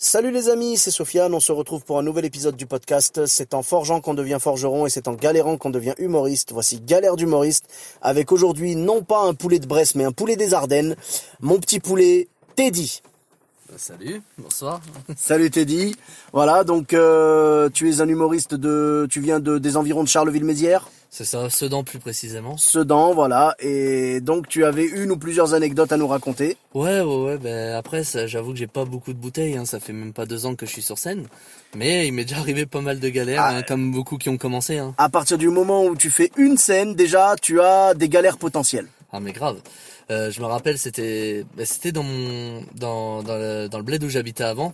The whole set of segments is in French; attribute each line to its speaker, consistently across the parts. Speaker 1: Salut les amis, c'est Sofiane, on se retrouve pour un nouvel épisode du podcast. C'est en forgeant qu'on devient forgeron et c'est en galérant qu'on devient humoriste. Voici Galère d'humoriste avec aujourd'hui non pas un poulet de Brest mais un poulet des Ardennes, mon petit poulet Teddy.
Speaker 2: Salut, bonsoir.
Speaker 1: Salut Teddy. Voilà, donc euh, tu es un humoriste de tu viens de des environs de Charleville-Mézières,
Speaker 2: C'est ça, Sedan plus précisément.
Speaker 1: Sedan, voilà et donc tu avais une ou plusieurs anecdotes à nous raconter.
Speaker 2: Ouais, ouais, ouais. Ben après, ça, j'avoue que j'ai pas beaucoup de bouteilles. Hein, ça fait même pas deux ans que je suis sur scène, mais il m'est déjà arrivé pas mal de galères,
Speaker 1: Ah,
Speaker 2: hein, comme beaucoup qui ont commencé. Hein.
Speaker 1: À partir du moment où tu fais une scène déjà, tu as des galères potentielles.
Speaker 2: Ah mais grave. Euh, je me rappelle, c'était, ben, c'était dans mon, dans, dans le, dans le bled où j'habitais avant.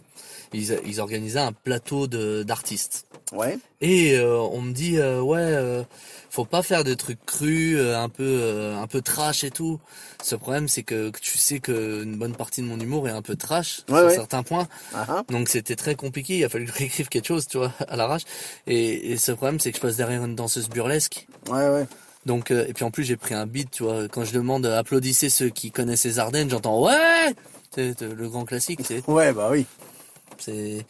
Speaker 2: Ils, ils organisaient un plateau de d'artistes.
Speaker 1: Ouais.
Speaker 2: Et euh, on me dit euh, ouais, euh, faut pas faire des trucs crus, euh, un peu, euh, un peu trash et tout. Ce problème, c'est que, que tu sais que une bonne partie de mon humour est un peu trash
Speaker 1: Ouais,
Speaker 2: sur
Speaker 1: ouais.
Speaker 2: certains points.
Speaker 1: Ah, ah.
Speaker 2: Donc c'était très compliqué. Il a fallu que je réécrive quelque chose, tu vois, à l'arrache. Et, et ce problème, c'est que je passe derrière une danseuse burlesque.
Speaker 1: Ouais ouais.
Speaker 2: Donc euh, et puis en plus, j'ai pris un beat, tu vois. Quand je demande euh, applaudissez ceux qui connaissent les Ardennes, j'entends ouais. C'est euh, le grand classique, c'est
Speaker 1: Ouais, bah oui.
Speaker 2: c'est-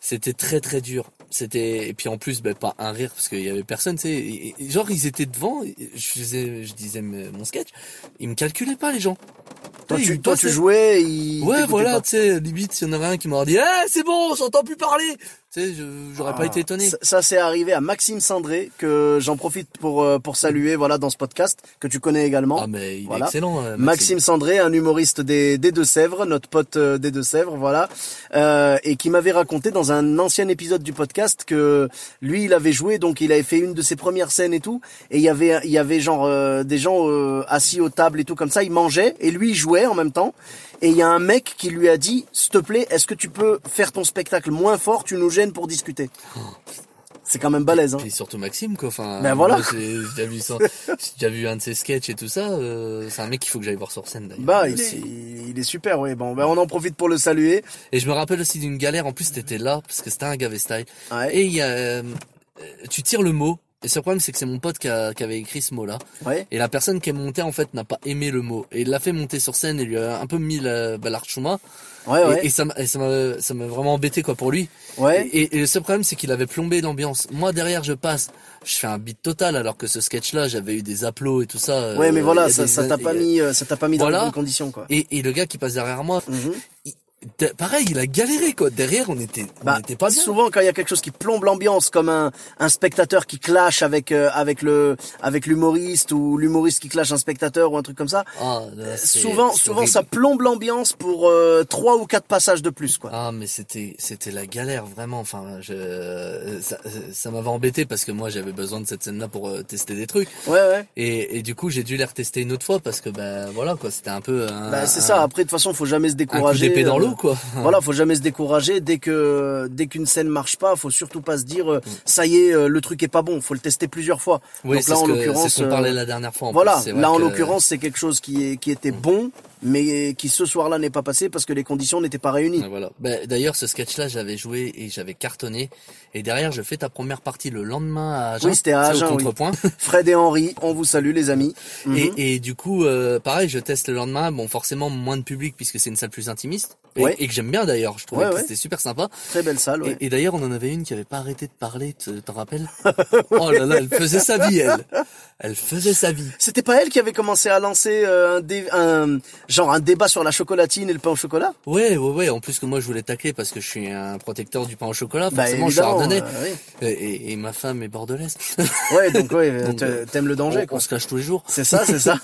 Speaker 2: c'était très très dur. C'était et puis en plus ben pas un rire parce qu'il y avait personne, tu sais, Et- et- genre ils étaient devant, et je faisais je disais me- mon sketch, ils me calculaient pas les gens.
Speaker 1: Toi,
Speaker 2: Et
Speaker 1: tu,
Speaker 2: ils
Speaker 1: toi, tu
Speaker 2: passaient.
Speaker 1: jouais, il
Speaker 2: Ouais,
Speaker 1: t'écoutait
Speaker 2: voilà,
Speaker 1: pas.
Speaker 2: tu sais, limite, il y en avait un qui m'aurait dit, eh, c'est bon, j'entends plus parler. Tu sais, je- j'aurais pas été étonné.
Speaker 1: Ah, Ça, ça, c'est arrivé à Maxime Cindré que j'en profite pour euh, pour saluer voilà dans ce podcast que tu connais également.
Speaker 2: Ah, mais il
Speaker 1: Voilà.
Speaker 2: est excellent. euh,
Speaker 1: Maxime Cendré, un humoriste des, des Deux-Sèvres, notre pote euh, des Deux-Sèvres, voilà, euh, et qui m'avait raconté dans un ancien épisode du podcast que lui, il avait joué, donc il avait fait une de ses premières scènes et tout, et il y avait, il y avait genre euh, des gens euh, assis aux tables et tout comme ça, ils mangeaient, et lui, il jouait en même temps, et il y a un mec qui lui a dit, s'il te plaît, est-ce que tu peux faire ton spectacle moins fort, tu nous gênes pour discuter C'est quand même balèze, hein
Speaker 2: Puis surtout Maxime, quoi. Enfin,
Speaker 1: Ben voilà.
Speaker 2: moi, j'ai- J'ai déjà vu son- j'ai déjà vu un de ses sketchs et tout ça. euh, c'est un mec qu'il faut que j'aille voir sur scène d'ailleurs.
Speaker 1: Bah,
Speaker 2: Euh,
Speaker 1: il
Speaker 2: Aussi.
Speaker 1: est, il est super, oui. Bon, ben on en profite pour le saluer.
Speaker 2: Et je me rappelle aussi d'une galère. En plus, t'étais là parce que c'était un Gavestai.
Speaker 1: Ouais.
Speaker 2: Et il y a, euh, euh, tu tires le mot. Et ce problème, c'est que c'est mon pote qui, a- qui avait écrit ce mot-là.
Speaker 1: Ouais.
Speaker 2: Et la personne qui est montée, en fait, n'a pas aimé le mot. Et il l'a fait monter sur scène et lui a un peu mis la, bah, l'archuma.
Speaker 1: Ouais, Ah ouais.
Speaker 2: Et, et ça m'a et ça m'a- ça m'a vraiment embêté, quoi, pour lui.
Speaker 1: ouais.
Speaker 2: Et, et- et le seul problème, c'est qu'il avait plombé l'ambiance. Moi, derrière, je passe. Je fais un beat total, alors que ce sketch-là, j'avais eu des applauds et tout ça. euh,
Speaker 1: Ouais, mais
Speaker 2: il
Speaker 1: voilà,
Speaker 2: y a
Speaker 1: ça,
Speaker 2: des-
Speaker 1: ça t'a pas mis, euh, ça t'a pas mis dans
Speaker 2: Voilà.
Speaker 1: les bonnes conditions, quoi.
Speaker 2: Et, et le gars qui passe derrière moi,
Speaker 1: Mhm.
Speaker 2: il- de- pareil, il a galéré, quoi. Derrière, on était, on
Speaker 1: Bah,
Speaker 2: était pas bien.
Speaker 1: souvent quand il y a quelque chose qui plombe l'ambiance, comme un, un spectateur qui clash avec euh, avec le avec l'humoriste ou l'humoriste qui clash un spectateur ou un truc comme ça.
Speaker 2: Ah, là, c'est-
Speaker 1: Euh, Souvent,
Speaker 2: c'est
Speaker 1: souvent
Speaker 2: horrible.
Speaker 1: ça plombe l'ambiance pour euh, trois ou quatre passages de plus, quoi.
Speaker 2: Ah mais c'était c'était la galère vraiment enfin je ça ça m'avait embêté parce que moi j'avais besoin de cette scène là pour euh, tester des trucs
Speaker 1: Ouais, ouais.
Speaker 2: et, et du coup j'ai dû les retester une autre fois parce que ben voilà quoi c'était un peu un,
Speaker 1: Bah, c'est
Speaker 2: un-
Speaker 1: ça. Après, de toute façon, faut jamais se
Speaker 2: Ah. un coup
Speaker 1: décourager.
Speaker 2: d'épée dans
Speaker 1: euh,
Speaker 2: l'eau quoi
Speaker 1: Voilà, faut jamais se décourager. Dès que dès qu'une scène marche pas, faut surtout pas se dire
Speaker 2: Mm.
Speaker 1: euh, ça y est, euh, le truc est pas bon. Faut le tester plusieurs fois.
Speaker 2: oui
Speaker 1: Donc
Speaker 2: c'est
Speaker 1: là,
Speaker 2: ce
Speaker 1: en
Speaker 2: que- c'est
Speaker 1: l'occurrence,
Speaker 2: ce qu'on
Speaker 1: euh,
Speaker 2: parlait la dernière fois en
Speaker 1: Voilà,
Speaker 2: plus, c'est vrai
Speaker 1: là en
Speaker 2: que- Mm.
Speaker 1: l'occurrence c'est quelque chose qui, est, qui était bon, mais qui ce soir-là n'est pas passé parce que les conditions n'étaient pas réunies.
Speaker 2: Ouais, Voilà. Ben, D'ailleurs, ce sketch-là, j'avais joué et j'avais cartonné. Et derrière, je fais ta première partie le lendemain à Agen.
Speaker 1: Oui, c'était à
Speaker 2: tu sais, au Mm-hmm.
Speaker 1: Agen, oui.
Speaker 2: contrepoint.
Speaker 1: Fred et Henri, on vous salue les amis. Mhm.
Speaker 2: Et, et du coup, euh, pareil, je teste le lendemain. Bon, forcément, moins de public puisque c'est une salle plus intimiste. Et,
Speaker 1: Ouais.
Speaker 2: et que j'aime bien d'ailleurs. Je trouvais
Speaker 1: Ouais,
Speaker 2: que
Speaker 1: ouais.
Speaker 2: c'était super sympa.
Speaker 1: Très belle salle, ouais.
Speaker 2: Et, et d'ailleurs, on en avait une qui avait pas arrêté de parler. te- T'en rappelles Oh là là, elle faisait sa vie, elle. Elle faisait sa vie.
Speaker 1: C'était pas elle qui avait commencé à lancer euh, un, dé- un genre un débat sur la chocolatine et le pain au chocolat
Speaker 2: Ouais, ouais, ouais. En plus que moi, je voulais tacler parce que je suis un protecteur du pain au chocolat.
Speaker 1: Bah,
Speaker 2: Ah, Forcément, je suis
Speaker 1: évidemment,
Speaker 2: ardennais.
Speaker 1: euh,
Speaker 2: Et, et- et ma femme est bordelaise.
Speaker 1: oui. Ouais, donc ouais, euh,
Speaker 2: Donc,
Speaker 1: t'a- t'aimes le danger
Speaker 2: on, on
Speaker 1: quoi.
Speaker 2: se cache tous les jours.
Speaker 1: C'est ça, c'est ça.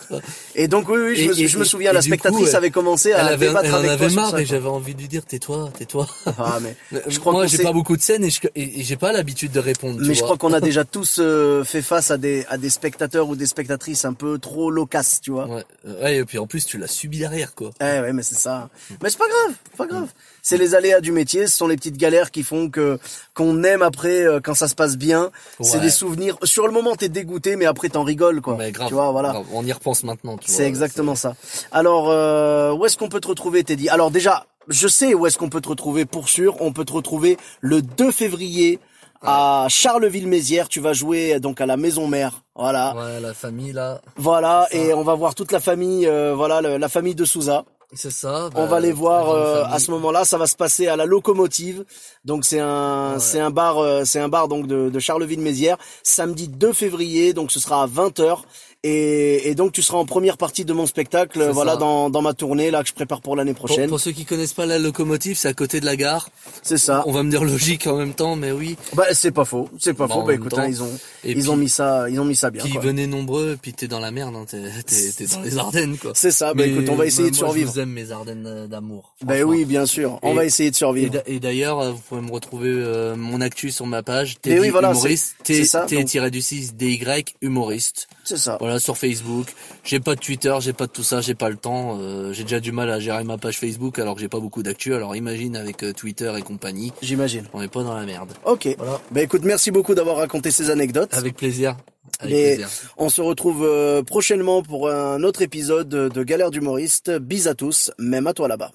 Speaker 1: Et donc oui, oui, je,
Speaker 2: Et-
Speaker 1: me,
Speaker 2: et-
Speaker 1: je me souviens,
Speaker 2: Oh, et
Speaker 1: la
Speaker 2: du coup,
Speaker 1: spectatrice
Speaker 2: elle-
Speaker 1: avait commencé à
Speaker 2: elle avait,
Speaker 1: débattre
Speaker 2: elle en
Speaker 1: avec
Speaker 2: avait
Speaker 1: toi sur
Speaker 2: marre
Speaker 1: ça,
Speaker 2: et
Speaker 1: quoi.
Speaker 2: j'avais envie envie de lui dire tais-toi, tais-toi.
Speaker 1: Ah, mais je crois
Speaker 2: Moi,
Speaker 1: qu'on
Speaker 2: j'ai
Speaker 1: sait-
Speaker 2: pas beaucoup de scènes et je- et et j'ai pas l'habitude de répondre. tu
Speaker 1: Mais je
Speaker 2: vois.
Speaker 1: crois qu'on a déjà tous euh, fait face à des à des spectateurs ou des spectatrices un peu trop loquaces, tu vois.
Speaker 2: Ouais, ouais, et puis en plus, tu l'as subi derrière, quoi.
Speaker 1: Eh ouais, mais c'est ça. Mais c'est pas grave, pas grave. C'est les aléas du métier, ce sont les petites galères qui font que qu'on aime après euh, quand ça se passe bien. C'est
Speaker 2: Ouais.
Speaker 1: des souvenirs. Sur le moment, t'es dégoûté, mais après t'en rigoles, quoi.
Speaker 2: Mais grave,
Speaker 1: tu vois, voilà.
Speaker 2: grave, on y repense maintenant. tu
Speaker 1: C'est
Speaker 2: vois,
Speaker 1: exactement ça. Alors, euh, où est-ce qu'on peut te retrouver, Teddy Alors déjà, je sais où est-ce qu'on peut te retrouver pour sûr. On peut te retrouver le 2 février
Speaker 2: Ah.
Speaker 1: à Charleville-Mézières. Tu vas jouer euh, donc à la Maison Mère. Voilà,
Speaker 2: Ouais, la famille, là,
Speaker 1: voilà.
Speaker 2: C'est ça.
Speaker 1: Et on va voir toute la famille, euh, voilà, le- la famille de Souza.
Speaker 2: c'est ça.
Speaker 1: On
Speaker 2: bah,
Speaker 1: va les voir
Speaker 2: grande
Speaker 1: euh,
Speaker 2: famille.
Speaker 1: à ce moment-là. Ça va se passer à la locomotive. Donc c'est un
Speaker 2: Ouais.
Speaker 1: c'est un bar euh, c'est un bar donc de, de Charleville-Mézières. Samedi 2 février. Donc ce sera à 20 h et, et donc tu seras en première partie de mon spectacle.
Speaker 2: C'est
Speaker 1: Voilà
Speaker 2: ça.
Speaker 1: dans dans ma tournée là que je prépare pour l'année
Speaker 2: Pour,
Speaker 1: prochaine.
Speaker 2: pour ceux qui connaissent pas la locomotive, c'est à côté de la gare.
Speaker 1: C'est ça.
Speaker 2: On va me dire logique en même temps, mais oui.
Speaker 1: Bah c'est pas faux. C'est pas
Speaker 2: Bah,
Speaker 1: faux.
Speaker 2: en
Speaker 1: Bah
Speaker 2: même
Speaker 1: écoute,
Speaker 2: temps.
Speaker 1: hein, ils ont
Speaker 2: Et
Speaker 1: ils ont mis ça ils ont mis ça bien.
Speaker 2: Puis
Speaker 1: quoi.
Speaker 2: venez nombreux, puis t'es dans la merde, hein, t'es, t'es, t'es dans les Ardennes, quoi.
Speaker 1: C'est ça. Bah
Speaker 2: Mais
Speaker 1: écoute, on va essayer
Speaker 2: moi,
Speaker 1: de survivre.
Speaker 2: Je vous aime mes Ardennes euh, d'amour.
Speaker 1: Bah
Speaker 2: franchement.
Speaker 1: oui, bien sûr. On
Speaker 2: Et-
Speaker 1: va essayer de
Speaker 2: Et,
Speaker 1: survivre.
Speaker 2: d'a- et d'ailleurs, euh, vous pouvez me retrouver euh, mon actu sur ma page.
Speaker 1: Mais
Speaker 2: Teddy
Speaker 1: oui, voilà,
Speaker 2: humoriste.
Speaker 1: c'est- c'est ça, donc-
Speaker 2: tiré du 6 DY humoriste.
Speaker 1: C'est ça.
Speaker 2: Voilà sur Facebook. J'ai pas de Twitter, j'ai pas de tout ça, j'ai pas le temps. euh, j'ai déjà du mal à gérer ma page Facebook alors que j'ai pas beaucoup d'actu. Alors imagine avec euh, Twitter et compagnie,
Speaker 1: J'imagine.
Speaker 2: on est pas dans la merde.
Speaker 1: Ok.
Speaker 2: Voilà.
Speaker 1: Bah écoute, merci beaucoup d'avoir raconté ces anecdotes.
Speaker 2: Avec plaisir. Avec
Speaker 1: Mais
Speaker 2: plaisir.
Speaker 1: on se retrouve euh, prochainement pour un autre épisode de Galère d'humoriste. Bis à tous, même à toi là-bas.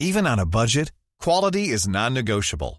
Speaker 3: Even on a budget, quality is non-negotiable.